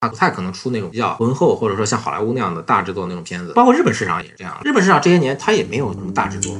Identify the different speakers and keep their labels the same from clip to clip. Speaker 1: 他不太可能出那种比较浑厚，或者说像好莱坞那样的大制作那种片子。包括日本市场也是这样，日本市场这些年它也没有什么大制作。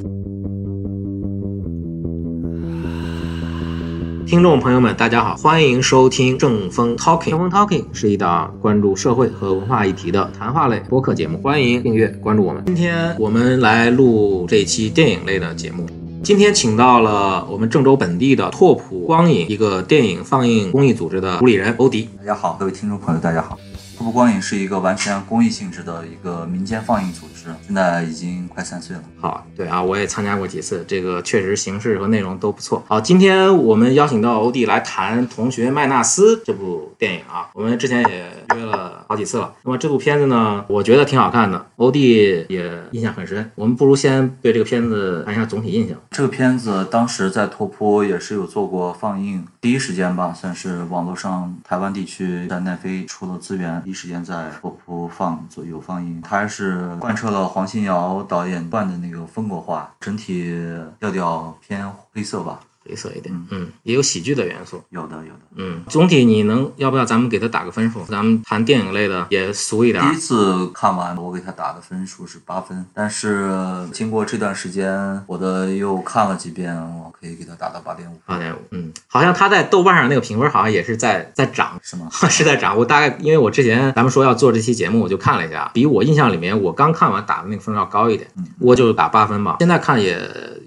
Speaker 1: 听众朋友们，大家好，欢迎收听正风 Talking。正风 Talking 是一档关注社会和文化议题的谈话类播客节目，欢迎订阅关注我们。今天我们来录这期电影类的节目。今天请到了我们郑州本地的拓普光影一个电影放映公益组织的主理人欧迪。
Speaker 2: 大家好，各位听众朋友，大家好。瀑布光影是一个完全公益性质的一个民间放映组织，现在已经快三岁了。
Speaker 1: 好，对啊，我也参加过几次，这个确实形式和内容都不错。好，今天我们邀请到欧弟来谈《同学麦纳斯》这部电影啊，我们之前也约了好几次了。那么这部片子呢，我觉得挺好看的，欧弟也印象很深。我们不如先对这个片子谈一下总体印象。
Speaker 2: 这个片子当时在拓扑也是有做过放映，第一时间吧，算是网络上台湾地区在奈飞出了资源，第一时间在拓扑放做有放映。它还是贯彻了黄信尧导演贯的那个风格化，整体调调偏黑色吧，
Speaker 1: 黑色一点，嗯，也有喜剧的元素，
Speaker 2: 有的有的。
Speaker 1: 嗯，总体你能要不要咱们给它打个分数？咱们谈电影类的也俗一点儿
Speaker 2: 第一，次看完，我给他打的分数是八分，但是经过这段时间，我的又看了几遍，我可以给他打到八点五，
Speaker 1: 八点五，嗯，好像他在豆瓣上那个评分好像也是在在涨，
Speaker 2: 是吗？
Speaker 1: 是在涨。我大概因为我之前咱们说要做这期节目，我就看了一下，比我印象里面我刚看完打的那个分数要高一点，
Speaker 2: 嗯
Speaker 1: 我就打八分吧。现在看也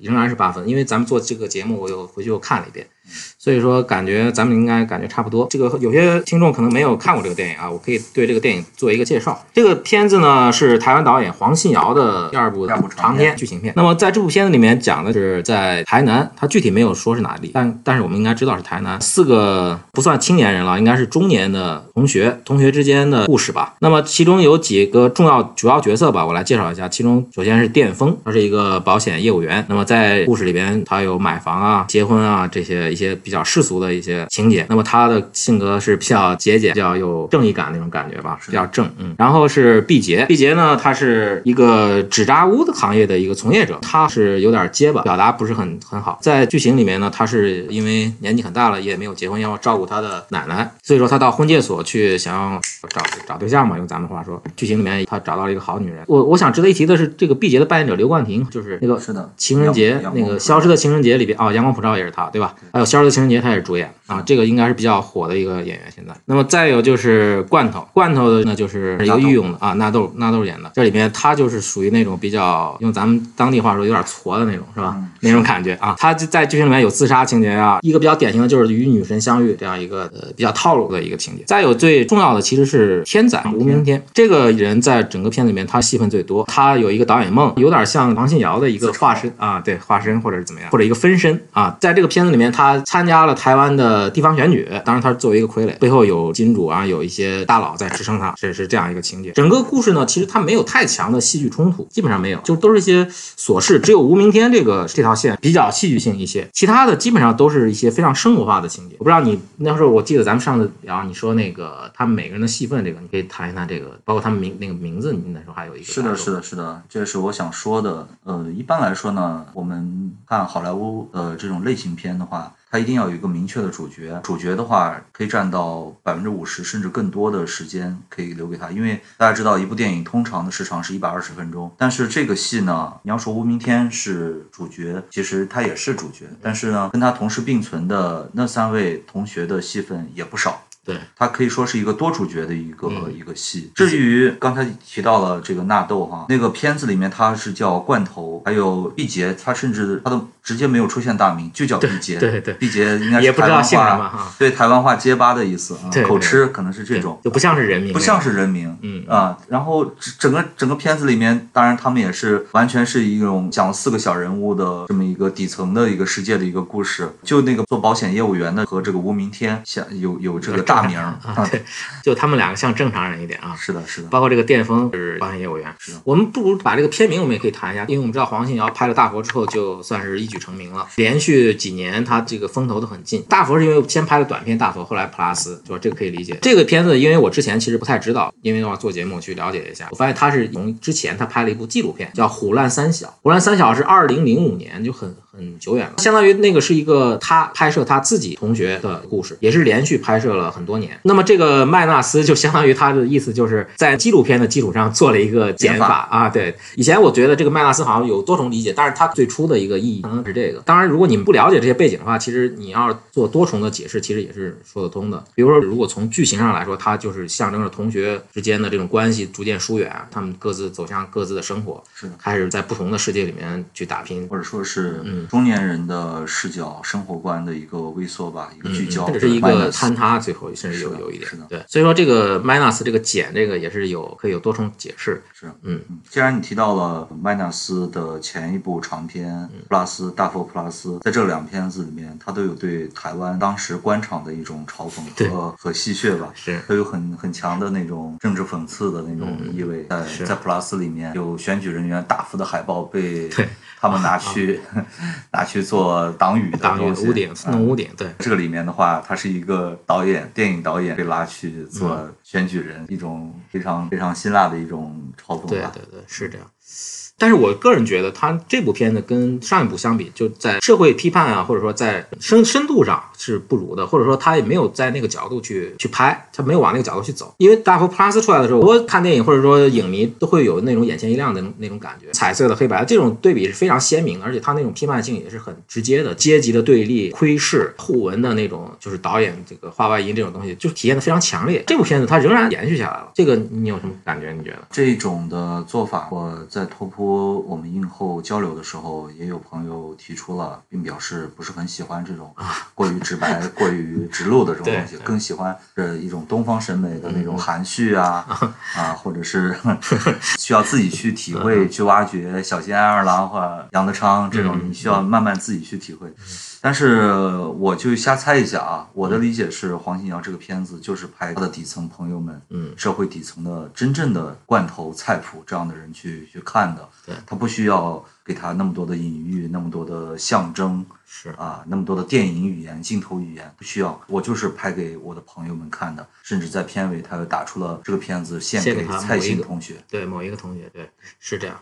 Speaker 1: 仍然是八分，因为咱们做这个节目，我又回去又看了一遍，
Speaker 2: 嗯
Speaker 1: 所以说感觉咱们应该感觉差不多。这个有些听众可能没有看过这个电影啊，我可以对这个电影做一个介绍。这个片子呢是台湾导演黄信尧的第二部
Speaker 2: 第二部
Speaker 1: 长
Speaker 2: 长
Speaker 1: 篇
Speaker 2: 片
Speaker 1: 剧情片。那么在这部片子里面讲的是在台南，它具体没有说是哪里，但但是我们应该知道是台南。四个不算青年人了，应该是中年的同学，同学之间的故事吧。那么其中有几个重要主要角色吧，我来介绍一下。其中首先是电风，他是一个保险业务员。那么在故事里边，他有买房啊、结婚啊这些一些比较世俗的一些情节。那么他的性格是比较节俭、比较有正义感那种感觉吧，比较正。嗯，然后是毕节，毕节呢，他是一个纸扎屋的行业的一个从业者，他是有点结巴，表达不是很很好。在剧情里面呢，他是因为年纪很大了，也没有结婚，要照顾他的奶奶，所以说他到婚介所去想要找找对象嘛，用咱们话说，剧情里面他找到了一个好女人。我我想值得一提的是，这个毕节的扮演者刘冠廷，就是那个
Speaker 2: 是的
Speaker 1: 情人节
Speaker 2: 阳阳
Speaker 1: 那
Speaker 2: 光
Speaker 1: 个
Speaker 2: 普照嗯
Speaker 1: 消失的情人节里边啊，阳光普照也是他，对吧？还有消失的情人节他也是主演啊，这个应该是比较火的一个演员现在。那么再有就是罐头，罐头的呢就是一个御用的啊，纳豆纳豆演的，这里面他就是属于那种比较用咱们当地话说有点矬的那种，是吧？那种感觉啊，他就在剧情里面有自杀情节啊，一个比较典型的就是与女神相遇这样一个呃比较套路的一个情节。再有最重要的其实是天仔吴明天这个人在整个片子里面他戏份最多，他有一个导演梦，有点像王信尧的一个化身啊，对化身或者是怎么样，或者一个分身啊。在这个片子里面，他参加了台湾的地方选举，当然他是作为一个傀儡，背后有金主啊，有一些大佬在支撑他，是是这样一个情节。整个故事呢，其实它没有太强的戏剧冲突，基本上没有，就都是一些琐事。只有无名天这个这条线比较戏剧性一些，其他的基本上都是一些非常生活化的情节。我不知道你那时候，我记得咱们上次聊，你说那个他们每个人的戏份，这个你可以谈一谈这个，包括他们名那个名字，你那时候还有一个
Speaker 2: 是的，
Speaker 1: 感受
Speaker 2: 是的，是的，这是我想说的。呃，一般来说呢，我们看好莱坞呃这种类型片的话，它一定要有一个明确的主角。主角的话，可以占到百分之五十甚至更多的时间可以留给他，因为大家知道，一部电影通常的时长是一百二十分钟，但是这个戏呢，你要说无名天是主角，其实他也是主角，但是呢，跟他同时并存的那三位同学的戏份也不少。
Speaker 1: 对。
Speaker 2: 它可以说是一个多主角的一个、
Speaker 1: 嗯
Speaker 2: 一个戏。至于刚才提到了这个纳豆哈，那个片子里面他是叫罐头，还有毕节，他甚至他都直接没有出现大名，就叫毕节。
Speaker 1: 对对
Speaker 2: 毕节应该
Speaker 1: 也
Speaker 2: 是
Speaker 1: 不知
Speaker 2: 台
Speaker 1: 道
Speaker 2: 湾
Speaker 1: 姓什么
Speaker 2: 话，
Speaker 1: 哈
Speaker 2: 对台湾话结巴的意思啊
Speaker 1: 对，对
Speaker 2: 口吃可能是这种。
Speaker 1: 就不像是人名，
Speaker 2: 不像是人名，
Speaker 1: 嗯
Speaker 2: 啊，然后整整个整个片子里面，当然他们也是完全是一种讲了四个小人物的这么一个底层的一个世界的一个故事。就那个做保险业务员的和这个吴明天，像有有这个大名儿啊，
Speaker 1: 对，就他们两个像正常人一点啊。
Speaker 2: 是的，是的，
Speaker 1: 包括这个电风是保险业务员
Speaker 2: 是。
Speaker 1: 我们不如把这个片名我们也可以谈一下，因为我们知道黄信尧拍了《大佛》之后，就算是一举成名了，连续几年他这个风头都很近。《大佛》是因为先拍了短片《大佛》，后来《普拉斯》，就这个可以理解。这个片子因为我之前其实不太知道，因为要做节目去了解一下，我发现他是从之前他拍了一部纪录片叫《虎烂三小》，《虎烂三小》是二零零五年就很很久远了，相当于那个是一个他拍摄他自己同学的故事，也是连续拍摄了很多年。那么这个麦纳斯就相当于他的意思就是在纪录片的基础上做了一个减法啊。对，以前我觉得这个麦纳斯好像有多重理解，但是他最初的一个意义可能是这个。当然，如果你们不了解这些背景的话，其实你要做多重的解释，其实也是说得通的。比如说，如果从剧情上来说，它就是象征着同学之间的这种关系逐渐疏远，他们各自走向各自的生活，
Speaker 2: 是的
Speaker 1: 开始在不同的世界里面去打拼。
Speaker 2: 或者说是中年人的视角、生活观的一个微缩吧，一个聚焦，
Speaker 1: 嗯这是一个
Speaker 2: minus
Speaker 1: 坍塌，最后甚至有
Speaker 2: 是的
Speaker 1: 有一点
Speaker 2: 是的
Speaker 1: 对，所以说这个 minus 这个减这个也是有可以有多重解释，
Speaker 2: 是
Speaker 1: 嗯
Speaker 2: 嗯，既然你提到了麦纳斯的前一部长篇《
Speaker 1: 嗯
Speaker 2: 普拉斯大佛普拉斯》，在这两片子里面，他都有对台湾当时官场的一种嘲
Speaker 1: 对
Speaker 2: 讽和和戏谑吧，
Speaker 1: 是
Speaker 2: 都有很很强的那种政治讽刺的那种意
Speaker 1: 嗯
Speaker 2: 味。
Speaker 1: 是
Speaker 2: 在在普拉斯里面，有选举人员大幅的海报被
Speaker 1: 对
Speaker 2: 他们拿去 拿去做挡雨的
Speaker 1: 打
Speaker 2: 东西
Speaker 1: 污点
Speaker 2: 嗯
Speaker 1: 弄污点，对，
Speaker 2: 这个里面的话，他是一个导演，电影导演被拉去做
Speaker 1: 嗯
Speaker 2: 选举人，一种非常非常辛辣的一种嘲讽吧。
Speaker 1: 对对对，是这样。但是我个人觉得，他这部片子跟上一部相比，就在社会批判啊，或者说在深深度上是不如的，或者说他也没有在那个角度去去拍，他没有往那个角度去走。因为大佛 Plus 出来的时候，我看电影或者说影迷都会有那种眼前一亮的那种那种感觉，彩色的黑白这种对比是非常鲜明的，而且他那种批判性也是很直接的，阶级的对立、窥视、互文的那种，就是导演这个话外音这种东西，就体现的非常强烈。这部片子它仍然延续下来了，这个你有什么感觉？你觉得？
Speaker 2: 这种的做法，我在托坡我们映后交流的时候，也有朋友提出了，并表示不是很喜欢这种过于直 白、过于直露的这种东西
Speaker 1: 啊对，对嗯
Speaker 2: 更喜欢这一种东方审美的那种含蓄啊啊，或者是 需要自己去体会、去挖掘小津安二郎或者杨德昌这种，
Speaker 1: 嗯
Speaker 2: 你需要慢慢自己去体会。但是我就瞎猜一下啊，我的理解是，黄信尧这个片子就是拍他的底层朋友们，
Speaker 1: 嗯
Speaker 2: 社会底层的真正的罐头菜谱这样的人去去看的，
Speaker 1: 对
Speaker 2: 他不需要给他那么多的隐喻，那么多的象征
Speaker 1: 是
Speaker 2: 啊，那么多的电影语言、镜头语言，不需要，我就是拍给我的朋友们看的，甚至在片尾他又打出了这个片子献
Speaker 1: 献
Speaker 2: 给
Speaker 1: 给他
Speaker 2: 蔡
Speaker 1: 某一
Speaker 2: 欣
Speaker 1: 个
Speaker 2: 同学，
Speaker 1: 对某一个同学，对，是这样。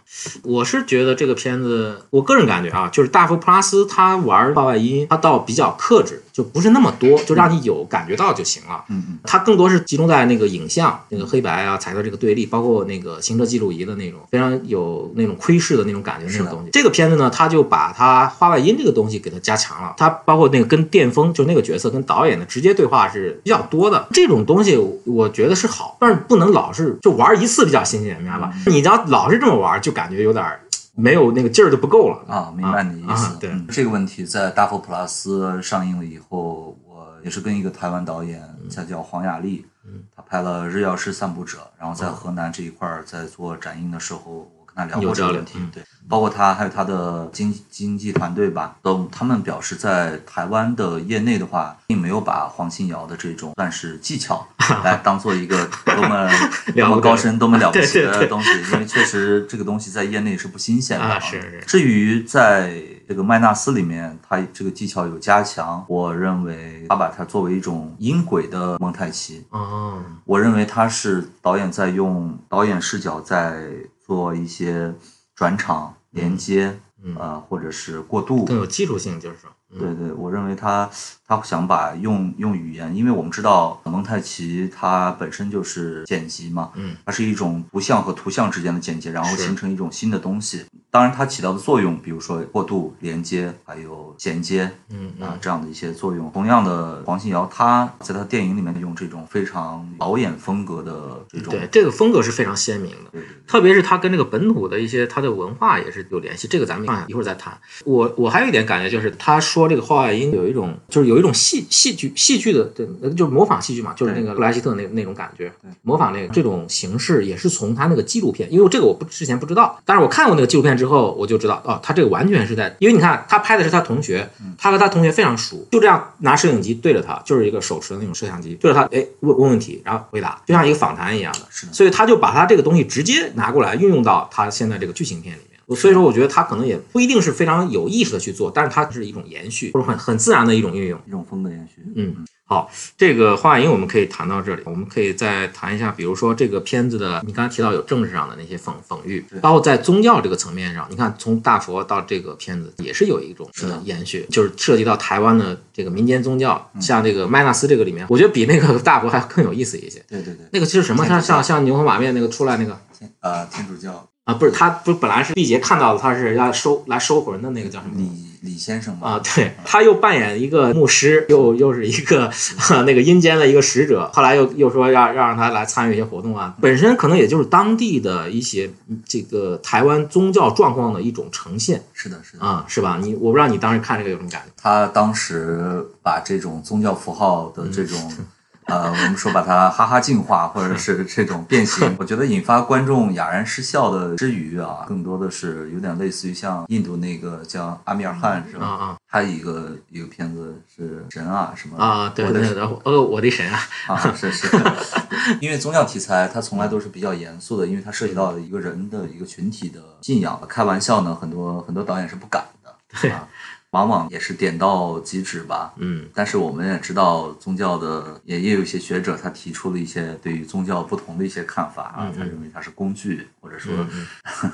Speaker 1: 我是觉得这个片子，我个人感觉啊，就是大佛普拉斯他玩话外音，他倒比较克制，就不是那么多，就让你有感觉到就行了。
Speaker 2: 嗯嗯，
Speaker 1: 它更多是集中在那个影像、那个黑白啊、彩色这个对立，包括那个行车记录仪的那种非常有那种窥视的那种感觉那
Speaker 2: 是
Speaker 1: 种
Speaker 2: 的
Speaker 1: 东西。这个片子呢，它就把它话外音这个东西给它加强了，它包括那个跟电风就那个角色跟导演的直接对话是比较多的。这种东西我觉得是好，但是不能老是就玩一次比较新鲜，明白吧？
Speaker 2: 嗯
Speaker 1: 你要老是这么玩，就感觉有点儿没有那个劲儿就不够了
Speaker 2: 啊，明白你的意思。
Speaker 1: 啊对
Speaker 2: 嗯这个问题在《大佛普拉斯》上映了以后，我也是跟一个台湾导演，
Speaker 1: 嗯
Speaker 2: 他叫黄雅莉，他拍了《日曜市散步者》，然后
Speaker 1: 哦
Speaker 2: 在河南这一块儿在做展映的时候，我跟他聊
Speaker 1: 有
Speaker 2: 过这
Speaker 1: 交
Speaker 2: 个
Speaker 1: 流
Speaker 2: 问题
Speaker 1: 嗯。
Speaker 2: 对，包括他还有他的经经纪团队吧，都他们表示在台湾的业内的话，并没有把黄信尧的这种算是技 巧来当做一个多么多
Speaker 1: 了不
Speaker 2: 么
Speaker 1: 得
Speaker 2: 高深、多么了不起
Speaker 1: 对对
Speaker 2: 的
Speaker 1: 对
Speaker 2: 东西，因为确实这个东西在业内是不新鲜的
Speaker 1: 啊是是
Speaker 2: 至于在这个麦纳斯里面，他这个技巧有加强，我认为他把它作为一种音轨的蒙太奇，
Speaker 1: 哦，
Speaker 2: 我认为他是导演在用导演视角在做一些转场连接，
Speaker 1: 嗯
Speaker 2: 呃，或者是过渡。
Speaker 1: 更有技术性，就是说，嗯
Speaker 2: 对对，我认为他他想把用用语言，因为我们知道蒙太奇它本身就是剪辑嘛，
Speaker 1: 嗯，
Speaker 2: 它是一种图像和图像之间的剪辑，然后
Speaker 1: 是
Speaker 2: 形成一种新的东西。当然，它起到的作用，比如说过渡、连接，还有衔接，
Speaker 1: 嗯
Speaker 2: 啊这样的一些作用。同样的，黄信尧他在他电影里面用这种非常导演风格的这种
Speaker 1: 对，这个风格是非常鲜明的
Speaker 2: 对对，
Speaker 1: 特别是它跟这个本土的一些它的文化也是有联系，这个咱们放下一会儿再谈。我我还有一点感觉就是，他说这个话外音有一种就是有一种戏戏剧戏剧的，对，呃就是模仿戏剧嘛，就是那个布莱希特那那种感觉，模仿那个这种形式也是从他那个纪录片，因为这个我不之前不知道，但是我看过那个纪录片之后，我就知道哦，他这个完全是在，因为你看他拍的是他同学，他和他同学非常熟，就这样拿摄影机对着他，就是一个手持的那种摄像机，对着他，哎，问问问题，然后回答，就像一个访谈一样的，
Speaker 2: 是的
Speaker 1: 所以他就把他这个东西直接拿过来运用到他现在这个剧情片里面。所以说，我觉得他可能也不一定是非常有意识的去做，但是它是一种延续，或者很很自然的一种运用。
Speaker 2: 一种风格延续。
Speaker 1: 嗯，好，这个话音我们可以谈到这里，我们可以再谈一下，比如说这个片子的，你刚才提到有政治上的那些讽讽喻
Speaker 2: 对，
Speaker 1: 包括在宗教这个层面上，你看从大佛到这个片子也是有一种
Speaker 2: 是的嗯
Speaker 1: 呃延续，就是涉及到台湾的这个民间宗教，像这个麦纳斯这个里面，我觉得比那个大佛还更有意思一些。
Speaker 2: 对对对，
Speaker 1: 那个是什么？像像像牛头马面那个出来那个
Speaker 2: 天啊，天主教
Speaker 1: 啊，不是他不是本来是毕节看到的，他是要收来收魂的那个叫什么？
Speaker 2: 李李先生吧，
Speaker 1: 啊，对，他又扮演一个牧师，又又是一个、啊那个阴间的一个使者，后来又又说要要让他来参与一些活动啊，本身可能也就是当地的一些嗯这个台湾宗教状况的一种呈现
Speaker 2: 是的，是的。
Speaker 1: 啊，是吧？你我不知道你当时看这个有什么感觉？
Speaker 2: 他当时把这种宗教符号的这
Speaker 1: 嗯
Speaker 2: 种，呃，我们说把它哈哈净化，或 者是这种变形，我觉得引发观众哑然失笑的之余啊，更多的是有点类似于像印度那个叫阿米尔汗是
Speaker 1: 啊
Speaker 2: 吧？
Speaker 1: 啊
Speaker 2: 他一个一个片子是神啊什么
Speaker 1: 啊！对
Speaker 2: 我的
Speaker 1: 对，然后哦，我的神啊！
Speaker 2: 啊，是 是，因为宗教题材它从来都是比较严肃的，因为它涉及到一个人的一个群体的信仰。开玩笑呢，很多很多导演是不敢的，对吧？往往也是点到即止吧。
Speaker 1: 嗯
Speaker 2: 但是我们也知道，宗教的也也有一些学者，他提出了一些对于宗教不同的一些看法啊
Speaker 1: 嗯，嗯
Speaker 2: 他认为它是工具，或者说
Speaker 1: 嗯嗯，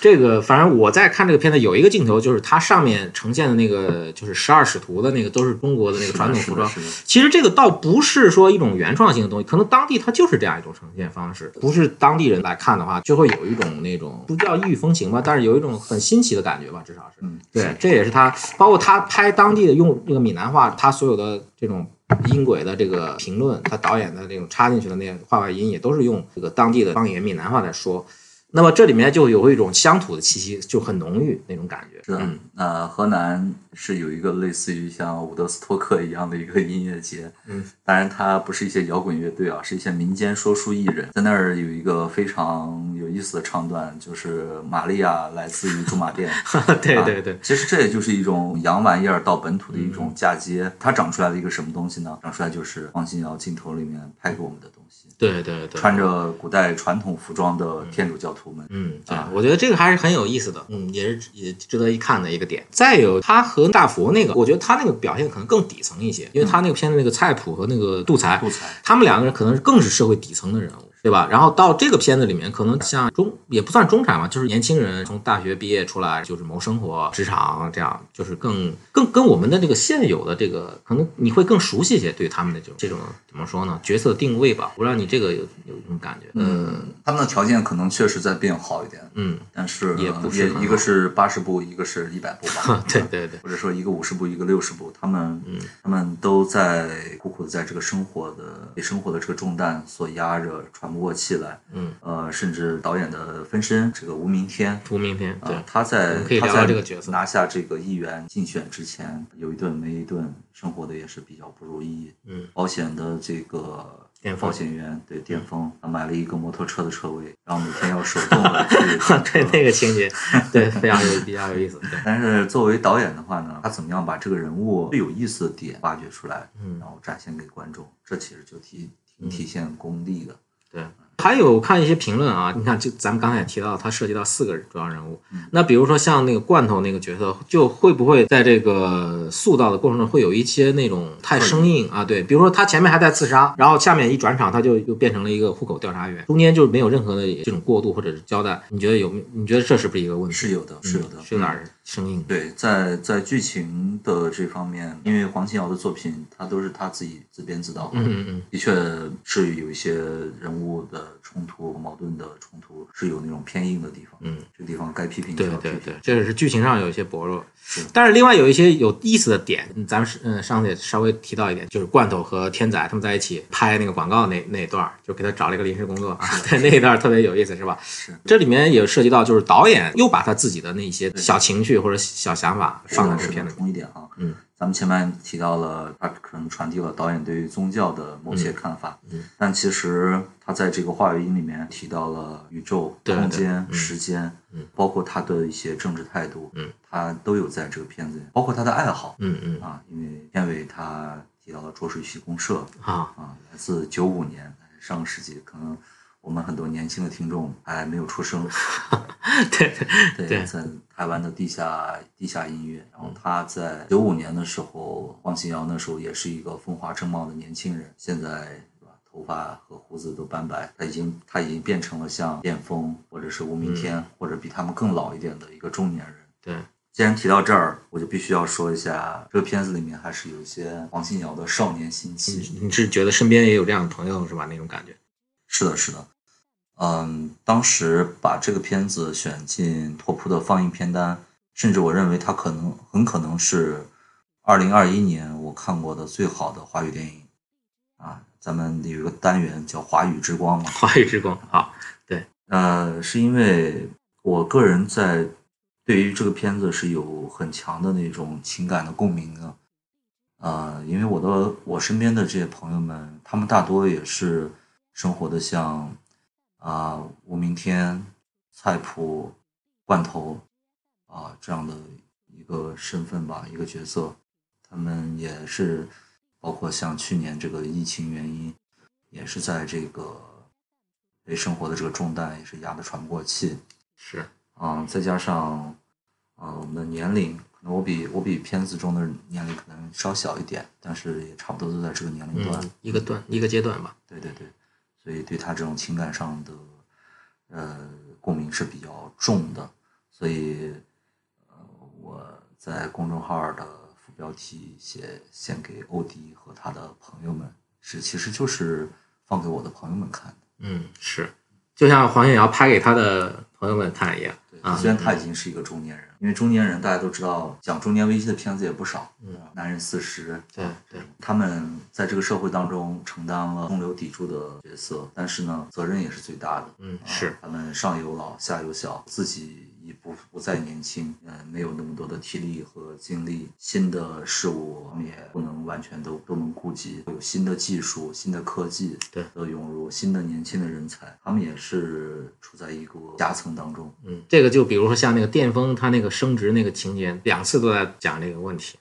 Speaker 1: 这个反正我在看这个片子有一个镜头，就是它上面呈现的那个就是十二使徒的那个都是中国的那个
Speaker 2: 是的
Speaker 1: 传统
Speaker 2: 是
Speaker 1: 服
Speaker 2: 的
Speaker 1: 装，
Speaker 2: 是的
Speaker 1: 其实这个倒不是说一种原创性的东西，可能当地它就是这样一种呈现方式，不是当地人来看的话，就会有一种那种不叫异域风情吧，但是有一种很新奇的感觉吧，至少是。
Speaker 2: 嗯，
Speaker 1: 对，这也是他，包括他拍当地的用这个闽南话，他所有的这种音轨的这个评论，他导演的这种插进去的那个话外音，也都是用这个当地的方言闽南话在说。那么这里面就有一种乡土的气息，就很浓郁那种感觉。
Speaker 2: 是的
Speaker 1: 嗯，
Speaker 2: 呃，河南是有一个类似于像伍德斯托克一样的一个音乐节，
Speaker 1: 嗯，
Speaker 2: 当然它不是一些摇滚乐队啊，是一些民间说书艺人，在那儿有一个非常有意思的唱段，就是玛利亚来自于驻 马店，
Speaker 1: 对
Speaker 2: 啊
Speaker 1: 对对，
Speaker 2: 其实这也就是一种洋玩意儿到本土的一种嫁接，
Speaker 1: 嗯
Speaker 2: 它长出来了一个什么东西呢？长出来就是王新尧镜头里面拍给我们的东西，
Speaker 1: 对对对。
Speaker 2: 穿着古代传统服装的天主教徒们，
Speaker 1: 嗯，对
Speaker 2: 啊，
Speaker 1: 我觉得这个还是很有意思的，嗯，也是也值得一看的一个点。再有，他和大佛那个，我觉得他那个表现可能更底层一些，因为他那个片子那个菜谱和那个杜才，
Speaker 2: 杜才
Speaker 1: 他们两个人可能是更是社会底层的人物，对吧？然后到这个片子里面，可能像中也不算中产吧，就是年轻人从大学毕业出来，就是谋生活、职场这样，就是更更跟我们的这个现有的这个，可能你会更熟悉一些对他们的这种这种怎么说呢？角色定位吧，我不知道你这个有有什么感觉？
Speaker 2: 嗯，他们的条件可能确实在变好一点，
Speaker 1: 嗯，
Speaker 2: 但是
Speaker 1: 也
Speaker 2: 呃
Speaker 1: 不是
Speaker 2: 也
Speaker 1: 很
Speaker 2: 一个是八十步，一个是一百步吧
Speaker 1: 嗯 ，对嗯对对。
Speaker 2: 或者说一个五十步，一个六十步，他们、他们都在苦苦的在这个生活的被生活的这个重担所压着，喘不过气来，
Speaker 1: 嗯，
Speaker 2: 呃，甚至导演的分身这个吴明天。
Speaker 1: 图明天，对
Speaker 2: 啊，，他在
Speaker 1: 们可以
Speaker 2: 他
Speaker 1: 聊聊
Speaker 2: 在
Speaker 1: 这个角色
Speaker 2: 拿下这个议员竞选之前，有一顿没一顿，生活的也是比较不如意。
Speaker 1: 嗯，
Speaker 2: 保险的这个
Speaker 1: 巅峰
Speaker 2: 保险员对巅峰，
Speaker 1: 嗯
Speaker 2: 他买了一个摩托车的车位，然后每天要手动的 去
Speaker 1: 对那个情节，对非常有比较有意思，对，
Speaker 2: 但是作为导演的话呢，他怎么样把这个人物最有意思的点挖掘出来，
Speaker 1: 嗯
Speaker 2: 然后展现给观众，这其实就体挺体现功力的。
Speaker 1: 对，还有看一些评论啊，你看，就咱们刚才也提到，它涉及到四个主要人物。
Speaker 2: 嗯
Speaker 1: 那比如说像那个罐头那个角色，就会不会在这个塑造的过程中会有一些那种太生硬啊？对，比如说他前面还在刺杀，然后下面一转场他就又变成了一个户口调查员，中间就是没有任何的这种过渡或者是交代。你觉得有没有？你觉得这是不是一个问题？
Speaker 2: 是有的，
Speaker 1: 嗯
Speaker 2: 是有的，
Speaker 1: 是有点儿生硬。
Speaker 2: 对，在在剧情的这方面，因为黄信尧的作品，他都是他自己自编自导的，
Speaker 1: 嗯嗯
Speaker 2: 的确是有一些人物的冲突、矛盾的冲突，是有那种偏硬的地方。
Speaker 1: 嗯，
Speaker 2: 这个地方该批评就
Speaker 1: 对
Speaker 2: 要批
Speaker 1: 对
Speaker 2: 评。
Speaker 1: 对，这是剧情上有一些薄弱，但是另外有一些有意思的点，嗯咱们是嗯上次也稍微提到一点，就是罐头和天仔他们在一起拍那个广告那那一段儿，就给他找了一个临时工作啊，对那一段儿特别有意思，是吧？是这里面也涉及到，就是导演又把他自己的那些小情绪或者小想法放
Speaker 2: 放
Speaker 1: 到
Speaker 2: 的
Speaker 1: 这
Speaker 2: 是
Speaker 1: 个片
Speaker 2: 补
Speaker 1: 子里，
Speaker 2: 充一点啊，
Speaker 1: 嗯，
Speaker 2: 咱们前面提到了，他可能传递了导演对于宗教的某些看法，
Speaker 1: 嗯嗯
Speaker 2: 但其实他在这个话语音里面提到了宇宙、
Speaker 1: 对
Speaker 2: 空间、
Speaker 1: 对嗯
Speaker 2: 时间，
Speaker 1: 嗯
Speaker 2: 包括他的一些政治态度，
Speaker 1: 嗯，
Speaker 2: 他都有在这个片子里，包括他的爱好、
Speaker 1: 嗯嗯
Speaker 2: 啊，因为片尾他提到了浊水溪公社
Speaker 1: 啊
Speaker 2: 啊，来自九五年上个世纪，可能。我们很多年轻的听众还没有出生，
Speaker 1: 对
Speaker 2: 对，
Speaker 1: 对
Speaker 2: 在台湾的地下地下音乐，然后他在九五年的时候，黄信尧那时候也是一个风华正茂的年轻人，现在是吧，头发和胡子都斑白，他已经他已经变成了像卞峰或者是吴明天、或者比他们更老一点的一个中年人。
Speaker 1: 嗯对，
Speaker 2: 既然提到这儿，我就必须要说一下，这个片子里面还是有一些黄信尧的少年心气。
Speaker 1: 你是觉得身边也有这样的朋友是吧？那种感觉，
Speaker 2: 是的，是的。嗯，当时把这个片子选进拓扑的放映片单，甚至我认为它可能很可能是二零二一年我看过的最好的华语电影啊。咱们有一个单元叫“华语之光”嘛，
Speaker 1: 华语之光好，
Speaker 2: 呃，是因为我个人在对于这个片子是有很强的那种情感的共鸣的。呃，因为我的我身边的这些朋友们，他们大多也是生活的像啊、吴明天、菜谱、罐头啊、这样的一个身份吧，一个角色。他们也是包括像去年这个疫情原因，也是在这个对生活的这个重担也是压得喘不过气。
Speaker 1: 是
Speaker 2: 嗯，再加上，呃，我们的年龄，可能我比我比片子中的年龄可能稍小一点，但是也差不多都在这个年龄段。
Speaker 1: 嗯，一个段一个阶段吧，
Speaker 2: 对对对，所以对他这种情感上的呃共鸣是比较重的，所以呃我在公众号的副标题写献给欧迪和他的朋友们，是其实就是放给我的朋友们看的。
Speaker 1: 嗯是，就像黄信尧拍给他的朋友们看一样啊
Speaker 2: 对，，虽然他已经是一个中年人，因为中年人大家都知道，讲中年危机的片子也不少，嗯，男人四十，
Speaker 1: 对对
Speaker 2: 他们在这个社会当中承担了中流砥柱的角色，但是呢，责任也是最大的，
Speaker 1: 嗯
Speaker 2: 啊
Speaker 1: 是，
Speaker 2: 他们上有老下有小，自己已不不再年轻，嗯，没有那么多的体力和精力，新的事物也不能完全都都能顾及，有新的技术、新的科技
Speaker 1: 对
Speaker 2: 的涌入，新的年轻的人才，他们也是处在一个夹层当中，
Speaker 1: 嗯，这个就比如说像那个电风，他那个升职那个情节，两次都在讲这个问题。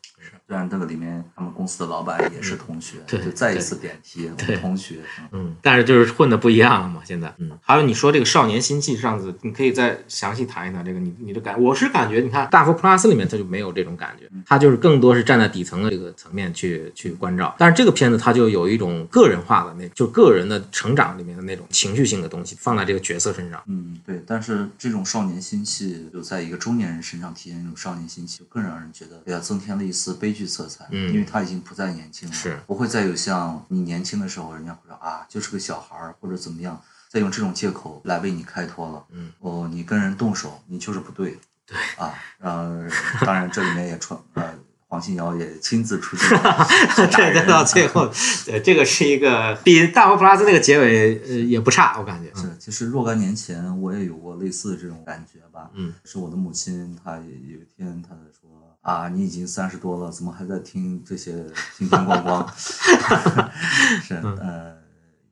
Speaker 2: 虽然那个里面他们公司的老板也是同学，
Speaker 1: 嗯对
Speaker 2: 就再一次点题，我
Speaker 1: 对
Speaker 2: 们同学，嗯
Speaker 1: 嗯，但是就是混的不一样了嘛，现在。嗯，还有你说这个少年心气，上次你可以再详细谈一谈这个你你的感，我是感觉你看《大佛 Plus》里面他就没有这种感觉，他就是更多是站在底层的这个层面去去关照。但是这个片子它就有一种个人化的那，就个人的成长里面的那种情绪性的东西放在这个角色身上。
Speaker 2: 嗯，对，但是这种少年心气，就在一个中年人身上体现这种少年心气，更让人觉得给他增添了一丝悲剧色彩。
Speaker 1: 嗯
Speaker 2: 因为他已经不再年轻了，
Speaker 1: 是
Speaker 2: 不会再有像你年轻的时候，人家会说啊，就是个小孩儿或者怎么样，再用这种借口来为你开脱了。
Speaker 1: 嗯，
Speaker 2: 哦，你跟人动手，你就是不对。对啊，呃，当然这里面也传呃，黄信尧也亲自 出现打
Speaker 1: 这
Speaker 2: 人，
Speaker 1: 个到最后，对，这个是一个比《大佛 Plus》那个结尾呃也不差，我感觉。嗯
Speaker 2: 是，其实若干年前我也有过类似的这种感觉吧。
Speaker 1: 嗯，
Speaker 2: 是我的母亲，她也有一天她就说啊，你已经三十多了，怎么还在听这些叮叮咣咣？是，呃，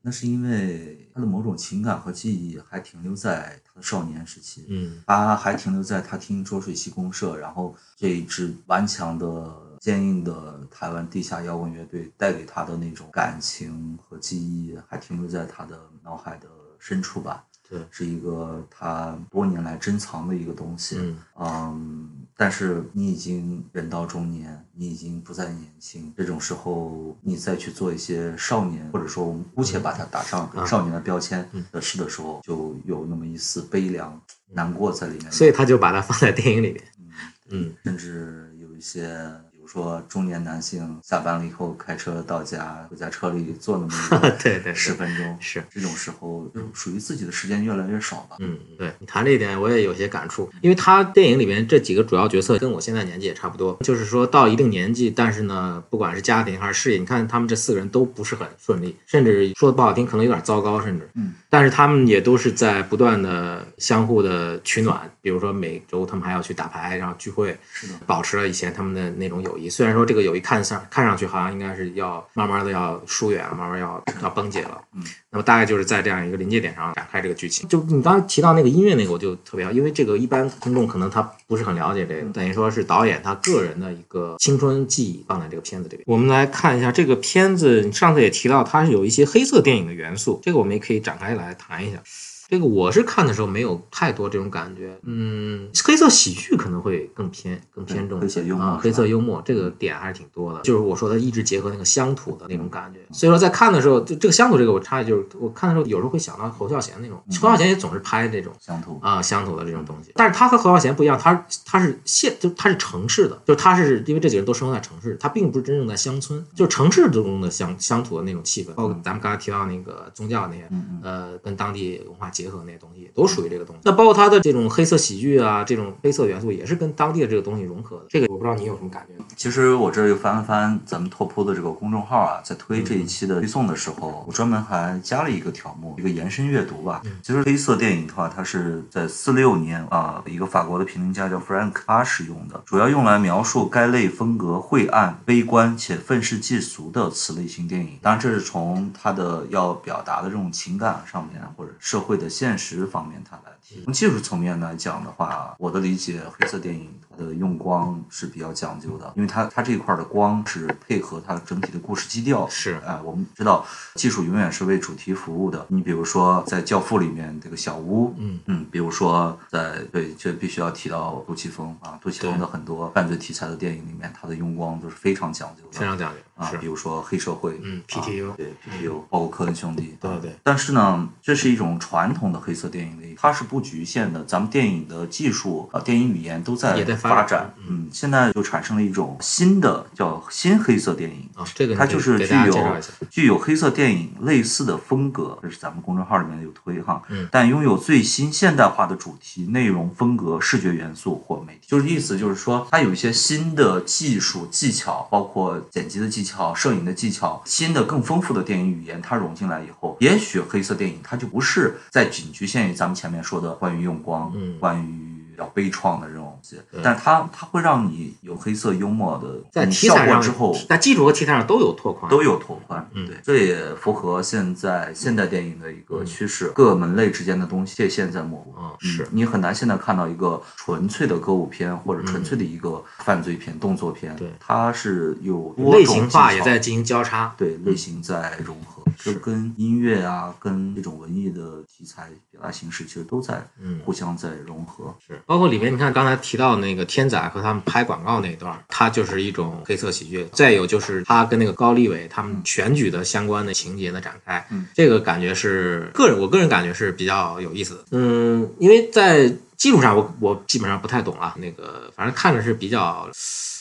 Speaker 2: 那是因为她的某种情感和记忆还停留在她的少年时期。
Speaker 1: 嗯
Speaker 2: 他还停留在他听浊水溪公社，然后这一支顽强的、坚硬的台湾地下摇滚乐队带给他的那种感情和记忆，还停留在他的脑海的深处吧。
Speaker 1: 对
Speaker 2: 是一个他多年来珍藏的一个东西。
Speaker 1: 嗯
Speaker 2: 嗯，但是你已经人到中年，你已经不再年轻，这种时候你再去做一些少年，或者说我们姑且把它打上
Speaker 1: 嗯
Speaker 2: 少年的标签的事的时候，就有那么一丝悲凉、难过在里面。
Speaker 1: 嗯所以他就把它放在电影里面。 嗯
Speaker 2: 甚至有一些，比如说中年男性下班了以后开车到家，会在车里坐那么一个
Speaker 1: 对对对
Speaker 2: 十分钟，
Speaker 1: 是
Speaker 2: 这种时候就属于自己的时间越来越少吧。
Speaker 1: 嗯，对你谈这一点，我也有些感触，因为他电影里面这几个主要角色跟我现在年纪也差不多，就是说到一定年纪，但是呢，不管是家庭还是事业，你看他们这四个人都不是很顺利，甚至说的不好听，可能有点糟糕，甚至，
Speaker 2: 嗯，
Speaker 1: 但是他们也都是在不断的相互的取暖，比如说每周他们还要去打牌，然后聚会，
Speaker 2: 是的，
Speaker 1: 保持了以前他们的那种友友谊。虽然说这个友谊看上看上去好像应该是要慢慢的要疏远了，慢慢要要崩解了。
Speaker 2: 嗯，
Speaker 1: 那么大概就是在这样一个临界点上展开这个剧情。就你刚才提到那个音乐那个，我就特别好，因为这个一般听众可能他不是很了解这个，等于说是导演他个人的一个青春记忆放在这个片子里边。我们来看一下这个片子，你上次也提到它是有一些黑色电影的元素，这个我们也可以展开来谈一下。这个我是看的时候没有太多这种感觉，嗯，黑色喜剧可能会更偏更偏重
Speaker 2: 黑色幽默
Speaker 1: 啊
Speaker 2: 是，吧嗯
Speaker 1: 黑色幽默这个点还是挺多的。就是我说的一直结合那个乡土的那种感觉，所以说在看的时候，就这个乡土这个我插一句，就是我看的时候有时候会想到侯孝贤那
Speaker 2: 嗯
Speaker 1: 种，侯孝贤也总是拍这种
Speaker 2: 乡土
Speaker 1: 啊、乡土的这种东西。但是他和侯孝贤不一样，他他是县，就他是城市的，就是他是因为这几个人都生活在城市，他并不是真正在乡村，就是城市中的乡乡土的那种气氛，包括咱们刚才提到那个宗教那些，
Speaker 2: 嗯
Speaker 1: 呃，跟当地文化结合那些东西，都属于这个东西。那包括他的这种黑色喜剧啊，这种黑色元素也是跟当地的这个东西融合的。这个我不知道你有什么感觉？
Speaker 2: 其实我这又翻了翻咱们拓扑的这个公众号啊，在推这一期的推送的时候，我专门还加了一个条目，一个延伸阅读吧。其实黑色电影的话，它是在四六年啊、一个法国的评论家叫 Frank 他使用的，主要用来描述该类风格晦暗、悲观且愤世嫉俗的此类型电影。当然，这是从他的要表达的这种情感上面，或者社会的现实方面，他来提。从技术层面来讲的话，我的理解，黑色电影它的用光是比较讲究的，因为它它这一块的光是配合它整体的故事基调。
Speaker 1: 是
Speaker 2: 哎，我们知道技术永远是为主题服务的。你比如说在《教父》里面这个小屋，
Speaker 1: 嗯
Speaker 2: 嗯，比如说在对，这必须要提到杜琪峰啊，杜琪峰的很多犯罪题材的电影里面，它的用光都是非常讲究的。
Speaker 1: 非常讲究，
Speaker 2: 啊，
Speaker 1: 是
Speaker 2: 比如说黑社会，
Speaker 1: 嗯
Speaker 2: 啊
Speaker 1: PTU
Speaker 2: 对 PTU，包括科恩兄弟，
Speaker 1: 对对。
Speaker 2: 但是呢，这是一种传统的黑色电影类，它是不局限的。咱们电影的技术啊、电影语言都在
Speaker 1: 也在发
Speaker 2: 发
Speaker 1: 展
Speaker 2: 展，嗯，现在就产生了一种新的叫新黑色电影。
Speaker 1: 啊，这个你
Speaker 2: 它
Speaker 1: 可以
Speaker 2: 就是
Speaker 1: 给
Speaker 2: 具
Speaker 1: 大家介
Speaker 2: 有
Speaker 1: 绍一下。
Speaker 2: 具有黑色电影类似的风格，这是咱们公众号里面有推哈，
Speaker 1: 嗯
Speaker 2: 但拥有最新现代化的主题、内容、风格、视觉元素或媒体，就是意思就是说，它有一些新的技术技巧，包括剪辑的技巧、摄影的技巧，新的更丰富的电影语言，它融进来以后，也许黑色电影它就不是在仅局限于咱们前面说的关于用光，
Speaker 1: 嗯
Speaker 2: 关于。比较悲怆的这种东西
Speaker 1: 对，
Speaker 2: 但它它会让你有黑色幽默的
Speaker 1: 在
Speaker 2: 嗯
Speaker 1: 题
Speaker 2: 效
Speaker 1: 材
Speaker 2: 果
Speaker 1: 上
Speaker 2: 之后，
Speaker 1: 在技术和题材上都有拓宽，
Speaker 2: 都有拓宽，
Speaker 1: 嗯
Speaker 2: 对，这也符合现在现代电影的一个趋势，各门类之间的东西界限在模糊。
Speaker 1: 啊、
Speaker 2: 嗯
Speaker 1: 是。
Speaker 2: 你很难现在看到一个纯粹的歌舞片或者纯粹的一个犯罪片、动作片，
Speaker 1: 嗯对
Speaker 2: 它是有多种
Speaker 1: 类型化
Speaker 2: 技
Speaker 1: 也
Speaker 2: 巧
Speaker 1: 在嗯进行交叉，
Speaker 2: 对类型在融合，就是跟音乐啊，跟这种文艺的题材表达形式，其实都在
Speaker 1: 嗯
Speaker 2: 互相在融合。
Speaker 1: 是包括里面你看刚才提到那个天仔和他们拍广告那一段儿，它就是一种黑色喜剧。再有就是他跟那个高立伟他们选举的相关的情节的展开，
Speaker 2: 嗯
Speaker 1: 这个感觉是个人我个人感觉是比较有意思的。嗯，因为在技术上我我基本上不太懂啊，那个反正看着是比较。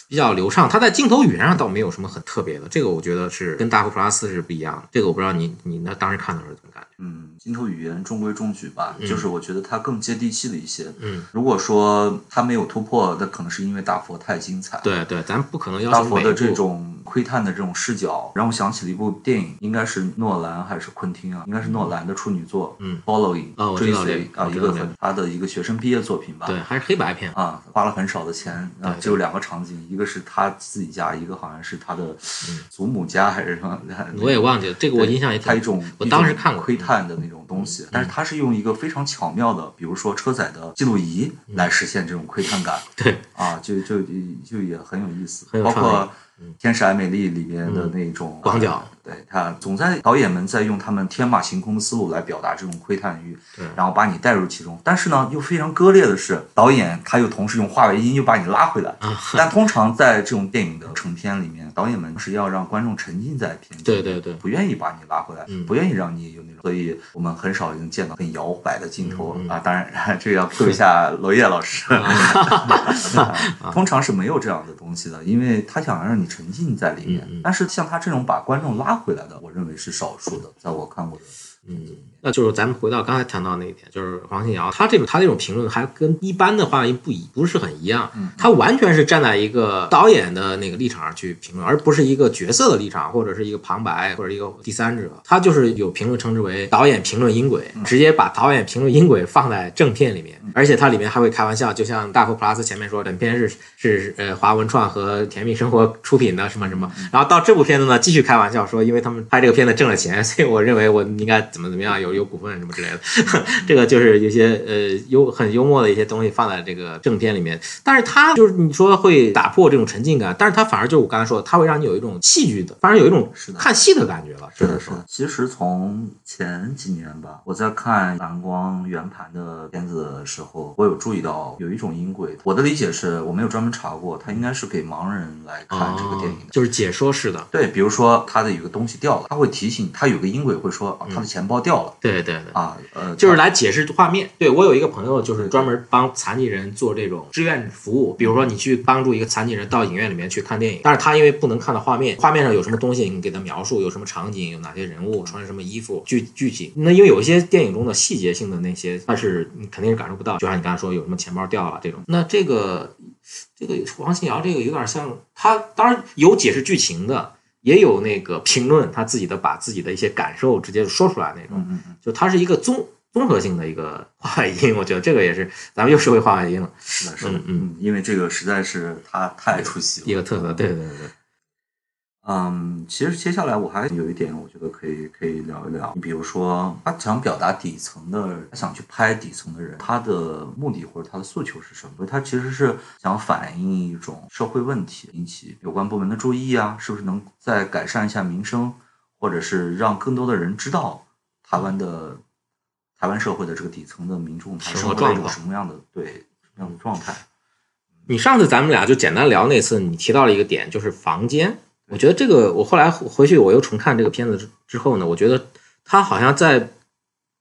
Speaker 1: 比较流畅，它在镜头语言上倒没有什么很特别的，这个我觉得是跟大富 plus 是不一样的。这个我不知道你你那当时看的时候怎么感觉？
Speaker 2: 嗯，镜头语言中规中矩吧，就是我觉得它更接地气了一些。
Speaker 1: 嗯，
Speaker 2: 如果说它没有突破，那可能是因为大佛太精彩。
Speaker 1: 对对，咱不可能要
Speaker 2: 大
Speaker 1: 求
Speaker 2: 佛
Speaker 1: 每
Speaker 2: 的
Speaker 1: 一
Speaker 2: 这
Speaker 1: 部
Speaker 2: 种窥探的这种视角，让我想起了一部电影，应该是诺兰还是昆汀啊？应该是诺兰的处女作，
Speaker 1: 嗯
Speaker 2: ，Following
Speaker 1: 啊我知
Speaker 2: 追
Speaker 1: 道
Speaker 2: 随
Speaker 1: 这个
Speaker 2: 啊，
Speaker 1: 我
Speaker 2: 一
Speaker 1: 知
Speaker 2: 个
Speaker 1: 道这个
Speaker 2: 很他的一个学生毕业作品吧。
Speaker 1: 对，还是黑白片
Speaker 2: 啊，花了很少的钱
Speaker 1: 对，
Speaker 2: 啊只有两个场景，一个是他自己家，一个好像是他的祖母家还是什么。
Speaker 1: 嗯我也忘记了，这个我印象也挺
Speaker 2: 它一种，
Speaker 1: 我当时看过嗯
Speaker 2: 一种窥探的那种东西，但是它是用一个非常巧妙的，比如说车载的记录仪
Speaker 1: 嗯
Speaker 2: 来实现这种窥探感。
Speaker 1: 对，
Speaker 2: 啊，就就就也很有意思，
Speaker 1: 很有
Speaker 2: 包
Speaker 1: 创嗯
Speaker 2: 括《天使爱美丽》里边的那种、
Speaker 1: 广角，
Speaker 2: 对他总在导演们在用他们天马行空的思路来表达这种窥探欲，
Speaker 1: 对
Speaker 2: 然后把你带入其中。但是呢，又非常割裂的是，导演他又同时用话外音又把你拉回来。
Speaker 1: 啊，
Speaker 2: 但通常在这种电影的成片里面，导演们是要让观众沉浸在片子里
Speaker 1: 对
Speaker 2: 面，
Speaker 1: 对对
Speaker 2: 不愿意把你拉回来，不愿意让你有那种，所以我们很少能见到很摇摆的镜头、啊。当然，这个要 Q 一下娄烨老师，啊 通常是没有这样的东西的，因为他想让你沉浸在里面。但是像他这种把观众拉回来的，我认为是少数的，在我看过的片子里面。
Speaker 1: 那就是咱们回到刚才谈到那一点，就是黄信尧他这种他这种评论还跟一般的话音不一不是很一样，他完全是站在一个导演的那个立场上去评论，而不是一个角色的立场或者是一个旁白或者一个第三者，他就是有评论称之为导演评论音轨，直接把导演评论音轨放在正片里面，而且它里面还会开玩笑，就像大佛普拉斯前面说，本片是是呃华文创和甜蜜生活出品的什么什么，然后到这部片子呢继续开玩笑说，因为他们拍这个片子挣了钱，所以我认为我应该怎么怎么样，有有股份什么之类的，这个就是有些呃幽很幽默的一些东西放在这个正片里面，但是它就是你说会打破这种沉浸感，但是它反而就是我刚才说的，它会让你有一种戏剧的，反而有一种
Speaker 2: 是的
Speaker 1: 看戏的感觉了，
Speaker 2: 是
Speaker 1: 的
Speaker 2: 的，
Speaker 1: 是哦
Speaker 2: 是的。其实从前几年吧，我在看蓝光圆盘的片子的时候，我有注意到有一种音轨。我的理解是我没有专门查过，它应该是给盲人来看这个电影的。
Speaker 1: 就是解说式的，
Speaker 2: 对，比如说他的有个东西掉了，他会提醒他有个音轨会说、啊、他的钱包掉了、
Speaker 1: 对对对。
Speaker 2: 啊，呃，
Speaker 1: 嗯就是来解释画面。对我有一个朋友，就是专门帮残疾人做这种志愿服务，比如说你去帮助一个残疾人到影院里面去看电影，但是他因为不能看到画面，画面上有什么东西，你给他描述有什么场景，有哪些人物穿什么衣服，具具体。那因为有一些电影中的细节性的那些，但是你肯定是感受不到，就像你刚才说有什么钱包掉了这种。那这个这个王信尧这个有点像他，当然有解释剧情的。也有那个评论，他自己的把自己的一些感受直接说出来那种，
Speaker 2: 嗯嗯嗯，
Speaker 1: 就它是一个综综合性的一个画外音，我觉得这个也是咱们又是会画外音了，
Speaker 2: 是的，是的，
Speaker 1: 嗯嗯
Speaker 2: 因为这个实在是他太出戏了
Speaker 1: 一。个特色。对对对对，
Speaker 2: 嗯，其实接下来我还有一点，我觉得可以可以聊一聊。你比如说，他想表达底层的，他想去拍底层的人，他的目的或者他的诉求是什么？他其实是想反映一种社会问题，引起有关部门的注意啊，是不是能再改善一下民生，或者是让更多的人知道台湾的台湾社会的这个底层的民众，他
Speaker 1: 生
Speaker 2: 生
Speaker 1: 活
Speaker 2: 活在一
Speaker 1: 状
Speaker 2: 种
Speaker 1: 况
Speaker 2: 什么样的对什么样的状态？
Speaker 1: 你上次咱们俩就简单聊那次，你提到了一个点，就是房间。我觉得这个，我后来回去我又重看这个片子之之后呢，我觉得他好像在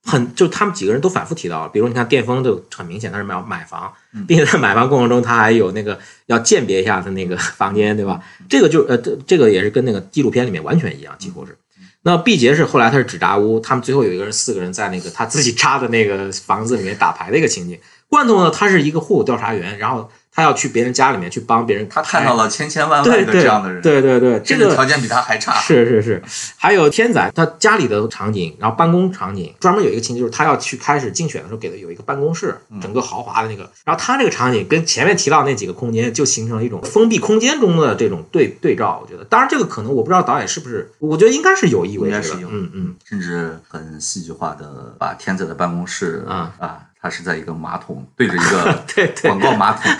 Speaker 1: 很，就他们几个人都反复提到，比如你看电风就很明显，他是买买房，并且在买房过程中他还有那个要鉴别一下他那个 房间，对吧？这个就呃，这这个也是跟那个纪录片里面完全一样，几乎是。那毕节是后来他是纸扎屋，他们最后有一个人四个人在那个他自己扎的那个房子里面打牌的一个情景。罐头呢，他是一个户口调查员，然后他要去别人家里面去帮别人
Speaker 2: 他
Speaker 1: 拍，
Speaker 2: 看到了千千万
Speaker 1: 对
Speaker 2: 万个
Speaker 1: 对
Speaker 2: 这样的人，
Speaker 1: 对对对，这
Speaker 2: 甚至条
Speaker 1: 个。
Speaker 2: 件比他还差。
Speaker 1: 是是是，还有天仔他家里的场景，然后办公场景，专门有一个情景，就是他要去开始竞选的时候给的有一个办公室，
Speaker 2: 嗯
Speaker 1: 整个豪华的那个，然后他这个场景跟前面提到那几个空间就形成了一种封闭空间中的这种对对照，我觉得，当然这个可能我不知道导演是不是，我觉得应该是有意为
Speaker 2: 应该
Speaker 1: 之
Speaker 2: 是
Speaker 1: 的
Speaker 2: 有
Speaker 1: 嗯嗯，
Speaker 2: 甚至很戏剧化的把天仔的办公室
Speaker 1: 啊
Speaker 2: 他是在一个马桶对着一个
Speaker 1: 对对
Speaker 2: 广 告马桶，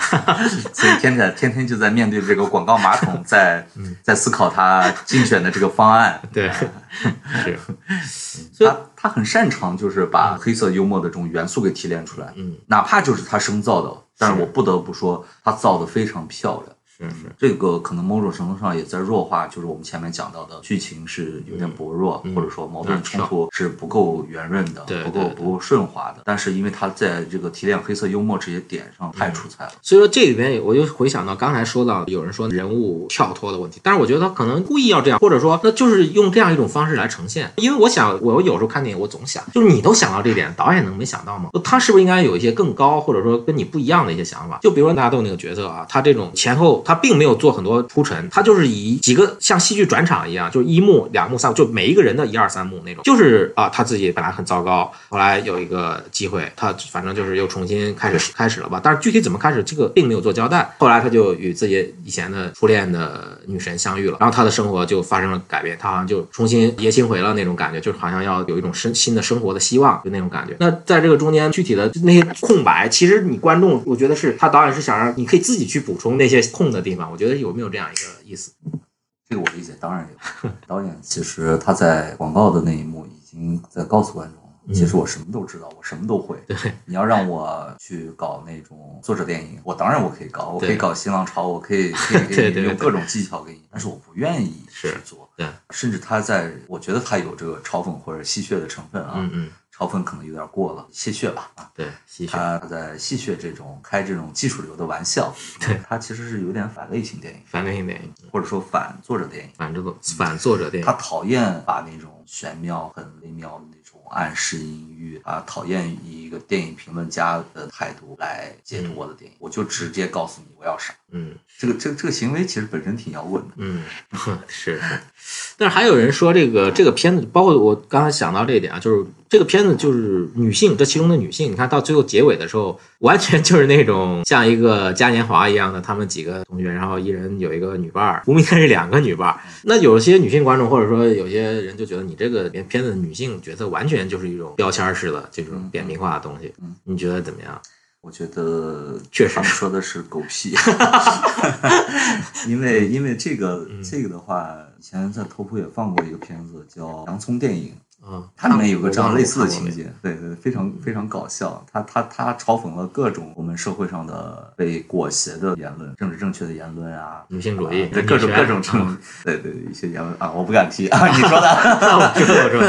Speaker 2: 所以天仔天天就在面对这个广告马 桶，在
Speaker 1: 嗯
Speaker 2: 在思考他竞选的这个方案。
Speaker 1: 对，是。所以
Speaker 2: 他他很擅长就是把黑色幽默的这种元素给提炼出来，
Speaker 1: 嗯，
Speaker 2: 哪怕就是他生造的，但是
Speaker 1: 是
Speaker 2: 我不得不说他造的非常漂亮。
Speaker 1: 是是，
Speaker 2: 这个可能某种程度上也在弱化，就是我们前面讲到的剧情是有
Speaker 1: 嗯
Speaker 2: 点薄弱，或者说矛盾冲突是不够圆润的，
Speaker 1: 对
Speaker 2: 不
Speaker 1: 对
Speaker 2: 够
Speaker 1: 对
Speaker 2: 不够顺滑的。但是因为它在这个提炼黑色幽默这些点上太
Speaker 1: 嗯
Speaker 2: 出彩了，
Speaker 1: 所以说这里边我就回想到刚才说到有人说人物跳脱的问题，但是我觉得他可能故意要这样，或者说那就是用这样一种方式来呈现。因为我想，我有时候看电影，我总想，就是你都想到这一点，导演能没想到吗？他是不是应该有一些更高，或者说跟你不一样的一些想法？就比如说纳豆那个角色啊，他这种前后他并没有做很多铺陈，他就是以几个像戏剧转场一样，就是一幕、两幕、三幕，就每一个人的一二三幕那种，就是啊，他自己本来很糟糕，后来有一个机会，他反正就是又重新开始开始了吧。但是具体怎么开始，这个并没有做交代。后来他就与自己以前的初恋的女神相遇了，然后他的生活就发生了改变，他好像就重新爷青回了那种感觉，就是好像要有一种生新的生活的希望，就那种感觉。那在这个中间具体的那些空白，其实你观众，我觉得是他导演是想让你可以自己去补充那些空的地方。我觉得有没有这样一个意思？
Speaker 2: 这个我理解，当然有。导演其实他在广告的那一幕已经在告诉观众。
Speaker 1: 嗯
Speaker 2: 其实我什么都知道，我什么都会。对，你要让我去搞那种作者电影，我当然我可以搞，我可以
Speaker 1: 对
Speaker 2: 搞新浪潮，我可以 可以
Speaker 1: 对
Speaker 2: 给
Speaker 1: 对
Speaker 2: 你
Speaker 1: 对
Speaker 2: 用各种技巧给你，但是我不愿意去
Speaker 1: 是
Speaker 2: 做。
Speaker 1: 对，
Speaker 2: 甚至他在，我觉得他有这个嘲讽或者戏谑的成分啊。
Speaker 1: 嗯嗯，
Speaker 2: 超分可能有点过了，戏谑吧啊。
Speaker 1: 对，吸血
Speaker 2: 他在戏谑这种开这种技术流的玩笑，
Speaker 1: 对
Speaker 2: 他其实是有点反类型电影，
Speaker 1: 反类型电影，
Speaker 2: 或者说反作者电影。
Speaker 1: 反这个反作者电
Speaker 2: 他
Speaker 1: 影，
Speaker 2: 讨厌把那种玄妙、很微妙的那种暗示隐喻啊，讨厌以一个电影评论家的态度来解读我的电影，我就直接告诉你我要啥。
Speaker 1: 嗯
Speaker 2: 这个这个这个行为其实本身挺摇滚的，
Speaker 1: 嗯， 是是。但是还有人说这个这个片子，包括我刚才想到这一点啊，就是这个片子就是女性，这其中的女性，你看到最后结尾的时候，完全就是那种像一个嘉年华一样的，他们几个同学，然后一人有一个女伴儿，不明显是两个女伴儿。那有些女性观众或者说有些人就觉得你这个片子女性角色完全就是一种标签儿式的这种扁平化的东西
Speaker 2: 嗯，
Speaker 1: 你觉得怎么样？
Speaker 2: 我觉得
Speaker 1: 确实
Speaker 2: 他们说的是狗 屁， 因为因为这个
Speaker 1: 嗯
Speaker 2: 这个的话，以前在头部也放过一个片子叫《洋葱电影》，
Speaker 1: 啊，
Speaker 2: 它里面有个这样类似的
Speaker 1: 我
Speaker 2: 嗯
Speaker 1: 忘了我看过没
Speaker 2: 情节，对对，非常非常搞笑。他他他嘲讽了各种我们社会上的被裹挟的言论，政治正确的言论啊，
Speaker 1: 女性主义
Speaker 2: 啊对各种
Speaker 1: 女权
Speaker 2: 各种这 种，对对一些言论啊，我不敢提 啊，你说的。 啊
Speaker 1: 我知道，我知道，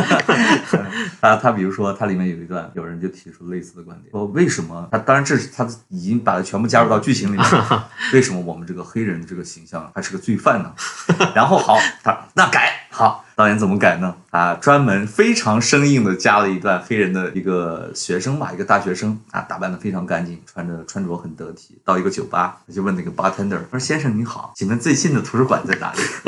Speaker 2: 他他比如说，他里面有一段，有人就提出类似的观点，说为什么他当然这是他已经把它全部加入到剧情里面了， 为什么我们这个黑人的这个形象他是个罪犯呢？ 然后好，他那改好。导演怎么改呢？啊，专门非常生硬的加了一段黑人的一个学生吧，一个大学生啊，打扮的非常干净，穿着穿着很得体，到一个酒吧，他就问那个 bartender，他说：“先生你好，请问最近的图书馆在哪里？”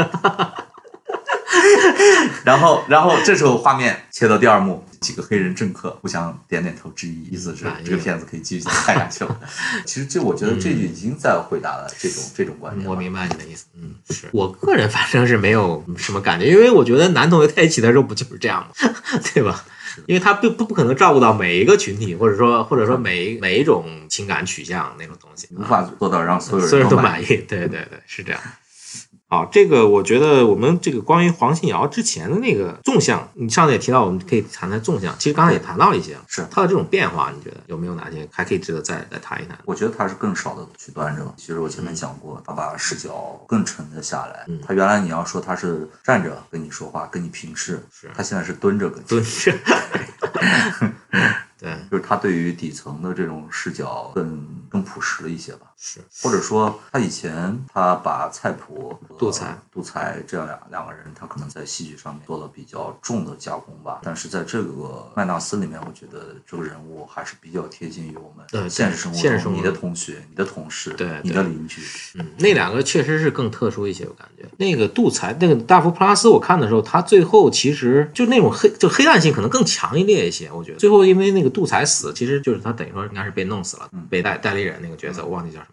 Speaker 2: 然后，然后这时候画面切到第二幕，几个黑人政客互相点点头致意，意思是
Speaker 1: 反应
Speaker 2: 这个片子可以继续看下去了。其实这我觉得这就已经在回答了这种这种观点
Speaker 1: 嗯我
Speaker 2: 了。
Speaker 1: 明白你的意思。嗯，是我个人反正是没有什么感觉，因为我觉得男同学在一起的时候不就是这样吗？对吧？因为他并不不可能照顾到每一个群体，或者说或者说每一每一种情感取向那种东西，啊
Speaker 2: 无法做到让所有
Speaker 1: 嗯所有
Speaker 2: 人
Speaker 1: 人都
Speaker 2: 满
Speaker 1: 满意。对对对，是这样。 好，这个我觉得我们这个关于黄信尧之前的那个纵向，你上次也提到，我们可以谈谈纵向。其实刚才也谈到了一些，
Speaker 2: 是
Speaker 1: 他的这种变化，你觉得有没有哪些还可以值得再再谈一谈？
Speaker 2: 我觉得他是更少的去端着了。其实我前面讲过，他把视角更沉的下来
Speaker 1: 嗯。
Speaker 2: 他原来你要说他是站着跟你说话，跟你平视
Speaker 1: 是，
Speaker 2: 他现在是蹲着跟你，
Speaker 1: 蹲着，对，
Speaker 2: 就是他对于底层的这种视角更更朴实了一些吧。
Speaker 1: 是
Speaker 2: 或者说他以前他把蔡普、和
Speaker 1: 杜才、
Speaker 2: 杜才这两两个人，他可能在戏剧上面做了比较重的加工吧。但是在这个麦纳斯里面，我觉得这个人物还是比较贴近于我
Speaker 1: 对对
Speaker 2: 们现实生活
Speaker 1: 现实
Speaker 2: 中
Speaker 1: 生活
Speaker 2: 你的同学、你的同事、
Speaker 1: 对对
Speaker 2: 你的邻居。
Speaker 1: 嗯，那两个确实是更特殊一些，我感觉那个杜才，那个大佛普拉斯，我看的时候，他最后其实就那种黑，就黑暗性可能更强烈一些。我觉得最后因为那个杜才死，其实就是他等于说应该是被弄死了，
Speaker 2: 嗯
Speaker 1: 被戴戴立忍那个角色，我忘记叫什么。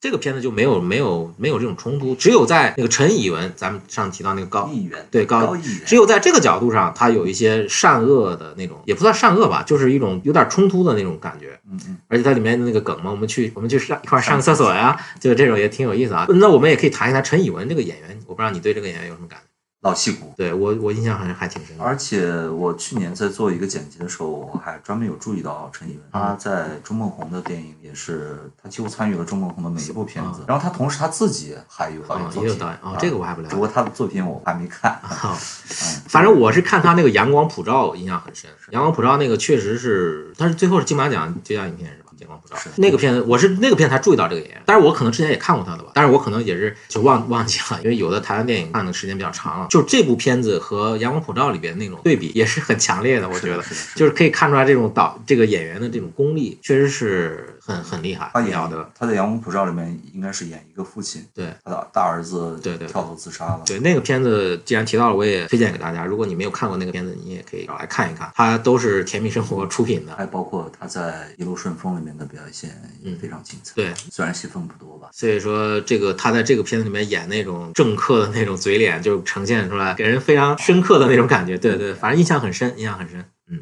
Speaker 1: 这个片子就没有没有没有这种冲突，只有在那个陈以文，咱们上次提到那个高
Speaker 2: 议员
Speaker 1: 对高
Speaker 2: 高议员，
Speaker 1: 只有在这个角度上，他有一些善恶的那种，也不算善恶吧，就是一种有点冲突的那种感觉。
Speaker 2: 嗯嗯，
Speaker 1: 而且它里面的那个梗嘛，我们去我们去上一块儿上个厕所呀，就这种也挺有意思啊。那我们也可以谈一谈陈以文这个演员，我不知道你对这个演员有什么感觉？
Speaker 2: 老戏骨。
Speaker 1: 对我我印象好像还挺深的。
Speaker 2: 而且我去年在做一个剪辑的时候，我还专门有注意到陈以文，
Speaker 1: 啊
Speaker 2: 他在钟梦红的电影也是，他几乎参与了钟梦红的每一部片子
Speaker 1: 啊。
Speaker 2: 然后他同时他自己还有导演
Speaker 1: 啊，
Speaker 2: 作
Speaker 1: 也有
Speaker 2: 品
Speaker 1: 导演啊
Speaker 2: 啊，
Speaker 1: 这个我还不了
Speaker 2: 只
Speaker 1: 解
Speaker 2: 不。过他的作品我还没看。
Speaker 1: 啊
Speaker 2: 嗯，
Speaker 1: 反正我是看他那个《阳光普照》，我印象很深。《阳光普照》那个确实是，他是最后是金马奖最佳影片是吧？《阳光普照》
Speaker 2: 是
Speaker 1: 那个片子，我是那个片子才注意到这个演员，但是我可能之前也看过他的吧，但是我可能也是就忘忘记了，因为有的台湾电影看的时间比较长了。就这部片子和《阳光普照》里边那种对比也是很强烈的，我
Speaker 2: 是
Speaker 1: 觉
Speaker 2: 的
Speaker 1: 得
Speaker 2: 是的是的
Speaker 1: 就是可以看出来这种导这个演员的这种功力确实是很很厉害，
Speaker 2: 他
Speaker 1: 了
Speaker 2: 演
Speaker 1: 得。
Speaker 2: 他在《阳光普照》里面应该是演一个父亲，
Speaker 1: 对，
Speaker 2: 他的大儿子
Speaker 1: 对对
Speaker 2: 跳楼自杀了。
Speaker 1: 对那个片子，既然提到了，我也推荐给大家。如果你没有看过那个片子，你也可以找来看一看，它都是甜蜜生活出品的。
Speaker 2: 还包括他在《一路顺风》里面的表现也非常精彩，
Speaker 1: 嗯对，
Speaker 2: 虽然戏份不多吧。
Speaker 1: 所以说这个他在这个片子里面演那种政客的那种嘴脸，就呈现出来，给人非常深刻的那种感觉。对对，反正印象很深，印象很深。嗯，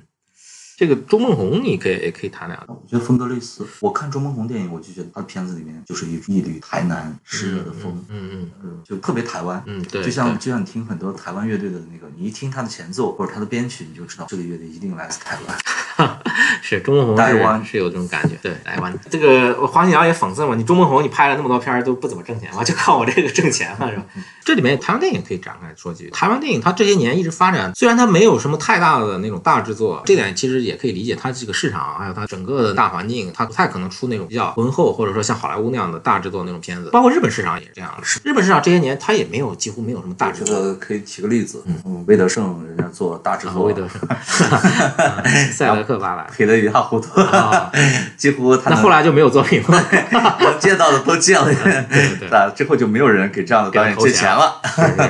Speaker 1: 这个钟梦红你可以也可以谈两句。
Speaker 2: 我觉得风格类似，我看周梦红电影，我就觉得他的片子里面就是一一缕台南湿热的风，
Speaker 1: 嗯嗯
Speaker 2: 嗯就特别台湾。
Speaker 1: 嗯，对，
Speaker 2: 就像
Speaker 1: 对
Speaker 2: 就像你听很多台 湾乐队的那个，你一听他的前奏或者他的编曲，你就知道这个乐队一定来自台湾。
Speaker 1: 是钟梦
Speaker 2: 台
Speaker 1: 红
Speaker 2: 湾
Speaker 1: 是是有这种感觉，对台湾这个黄喜尧也讽刺嘛，你钟梦红你拍了那么多片儿都不怎么挣钱嘛，就 靠我这个挣钱嘛是吧？这里面台湾电影可以展开说几句。台湾电影它这些年一直发展，虽然它没有什么太大的那种大制作，这点其实也可以理解。它这个市场还有它整个的大环境，它不太可能出那种比较浑厚或者说像好莱坞那样的大制作那种片子。包括日本市场也是这样的，日本市场这些年它也没有几乎没有什么大制
Speaker 2: 这
Speaker 1: 作。
Speaker 2: 个可以举个例子，嗯，魏德胜人家做大制
Speaker 1: 啊，
Speaker 2: 作，
Speaker 1: 魏德胜、 塞德克巴 莱。
Speaker 2: 赔的一塌糊涂，
Speaker 1: 啊，
Speaker 2: 几乎他
Speaker 1: 那
Speaker 2: 能
Speaker 1: 后来就没有作品了。
Speaker 2: 我见到的都见了，
Speaker 1: 对对
Speaker 2: 打之后就没有人给这样的导演借钱了。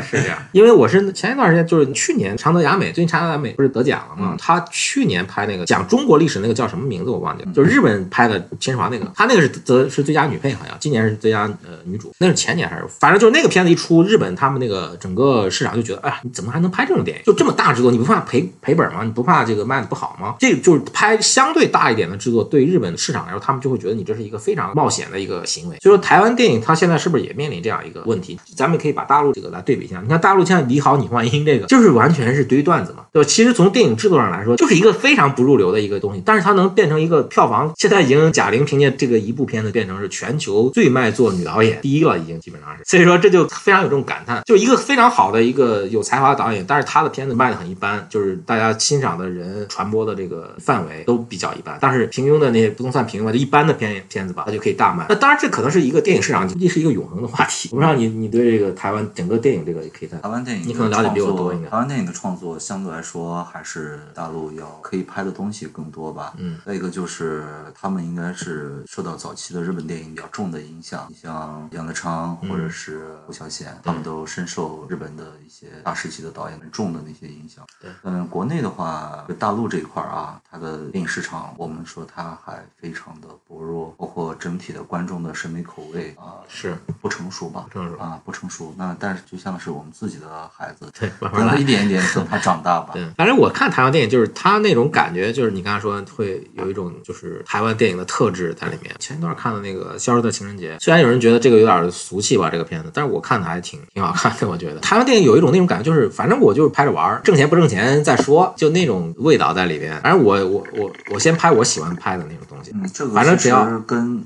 Speaker 1: 是这样， 因为我是前一段时间，就是去年常德雅美，最近常德雅美不是得奖了吗？他去年拍那个讲中国历史那个叫什么名字我忘记了，就是日本拍的秦始皇那个，他那个是得是最佳女配好像，今年是最佳呃女主，那是前年还是反正就是那个片子一出，日本他们那个整个市场就觉得，哎呀，你怎么还能拍这种电影？就这么大制作，你不怕赔赔本吗？你不怕这个卖的不好吗？这个就是拍相对大一点的制作，对日本市场来说，他们就会觉得你这是一个非常冒险的一个行为。所以说，台湾电影它现在是不是也面临这样一个问题？咱们可以把大陆这个来对比一下。你看大陆像《你好，你幻音》这个，就是完全是堆段子嘛，对吧？其实从电影制作上来说，就是一个非常不入流的一个东西，但是它能变成一个票房，现在已经贾玲凭借这个一部片子变成是全球最卖座女导演第一了，已经基本上是。所以说这就非常有这种感叹，就一个非常好的一个有才华的导演，但是他的片子卖的很一般，就是大家欣赏的人传播的这个范围都比较一般。但是平庸的那些不能算平庸吧，就一般的片片子吧，它就可以大卖。那当然这可能是一个电影市场，这是一个永恒的话题。我不知道你你对这个台湾整个电影这个也可以谈
Speaker 2: 台。湾电影的
Speaker 1: 你可能了解比我多
Speaker 2: 创作
Speaker 1: 应该
Speaker 2: 台湾电影的创作相对来说还是大陆要可以拍的东西更多吧。
Speaker 1: 嗯，
Speaker 2: 再一个就是他们应该是受到早期的日本电影比较重的影响，你像杨德昌
Speaker 1: 嗯
Speaker 2: 或者是吴孝贤，他们都深受日本的一些大师级的导演很重的那些影响。
Speaker 1: 对，
Speaker 2: 嗯，国内的话，就大陆这一块儿啊，它的电影市场，我们说它还非常的薄弱，包括整体的观众的审美口味啊、
Speaker 1: 是，
Speaker 2: 不成熟吧，
Speaker 1: 正是吧
Speaker 2: 啊，不成熟。那但是就像是我们自己的孩子，
Speaker 1: 对，慢慢
Speaker 2: 让
Speaker 1: 来
Speaker 2: 他。一点一点等他长大吧。
Speaker 1: 对，反正我看台湾电影，就是他那种感觉，就是你刚才说会有一种就是台湾电影的特质在里面。前一段看的那个《消失的情人节》，虽然有人觉得这个有点俗气吧，这个片子，但是我看的还挺挺好看的。我觉得台湾电影有一种那种感觉，就是反正我就是拍着玩儿，挣钱不挣钱再说，就那种味道在里边。反正我我我我先拍我喜欢拍的那种东西。
Speaker 2: 嗯，这个
Speaker 1: 反正
Speaker 2: 其
Speaker 1: 只要
Speaker 2: 实跟，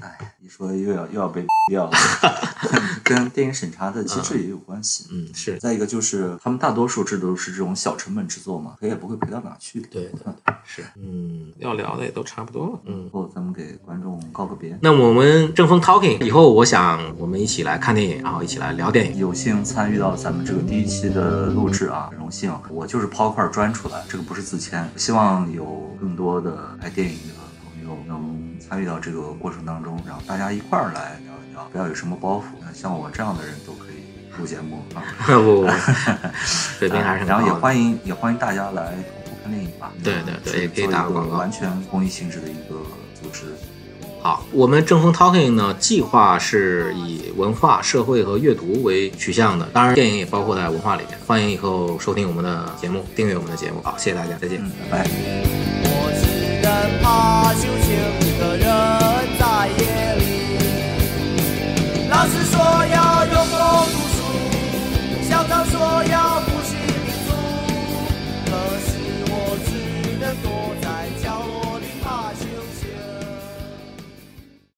Speaker 2: 哎，一说又要又要被掉 了，跟电影审查的机制也有关系。
Speaker 1: 嗯，是
Speaker 2: 再一个就是，他们大多数制作是这种小成本制作嘛，赔也不会赔到哪去。
Speaker 1: 对对
Speaker 2: 嗯
Speaker 1: 是，嗯，要聊的也都差不多了，嗯。
Speaker 2: 后咱们给观众告个别。
Speaker 1: 那我们正风 talking 以后，我想我们一起来看电影，然后一起来聊电影。
Speaker 2: 有幸参与到咱们这个第一期的录制啊，很荣幸。我就是抛块砖出来，这个不是自谦。希望有更多的拍电影的朋友能参与到这个过程当中，然后大家一块儿来聊一聊，不要有什么包袱。像我这样的人都可以录节目啊，
Speaker 1: 不不不，水平还是很
Speaker 2: 呃
Speaker 1: 高
Speaker 2: 然
Speaker 1: 的。
Speaker 2: 后也欢迎也欢迎大家来同步看电影吧。
Speaker 1: 对对对
Speaker 2: 是
Speaker 1: 也可以
Speaker 2: 做一
Speaker 1: 打个广告
Speaker 2: 完全公益性质的一个组织。
Speaker 1: 好，我们正风 Talking 呢，计划是以文化、社会和阅读为取向的，当然电影也包括在文化里面。欢迎以后收听我们的节目，订阅我们的节目。好，谢谢大家，再见。
Speaker 2: 嗯，拜拜。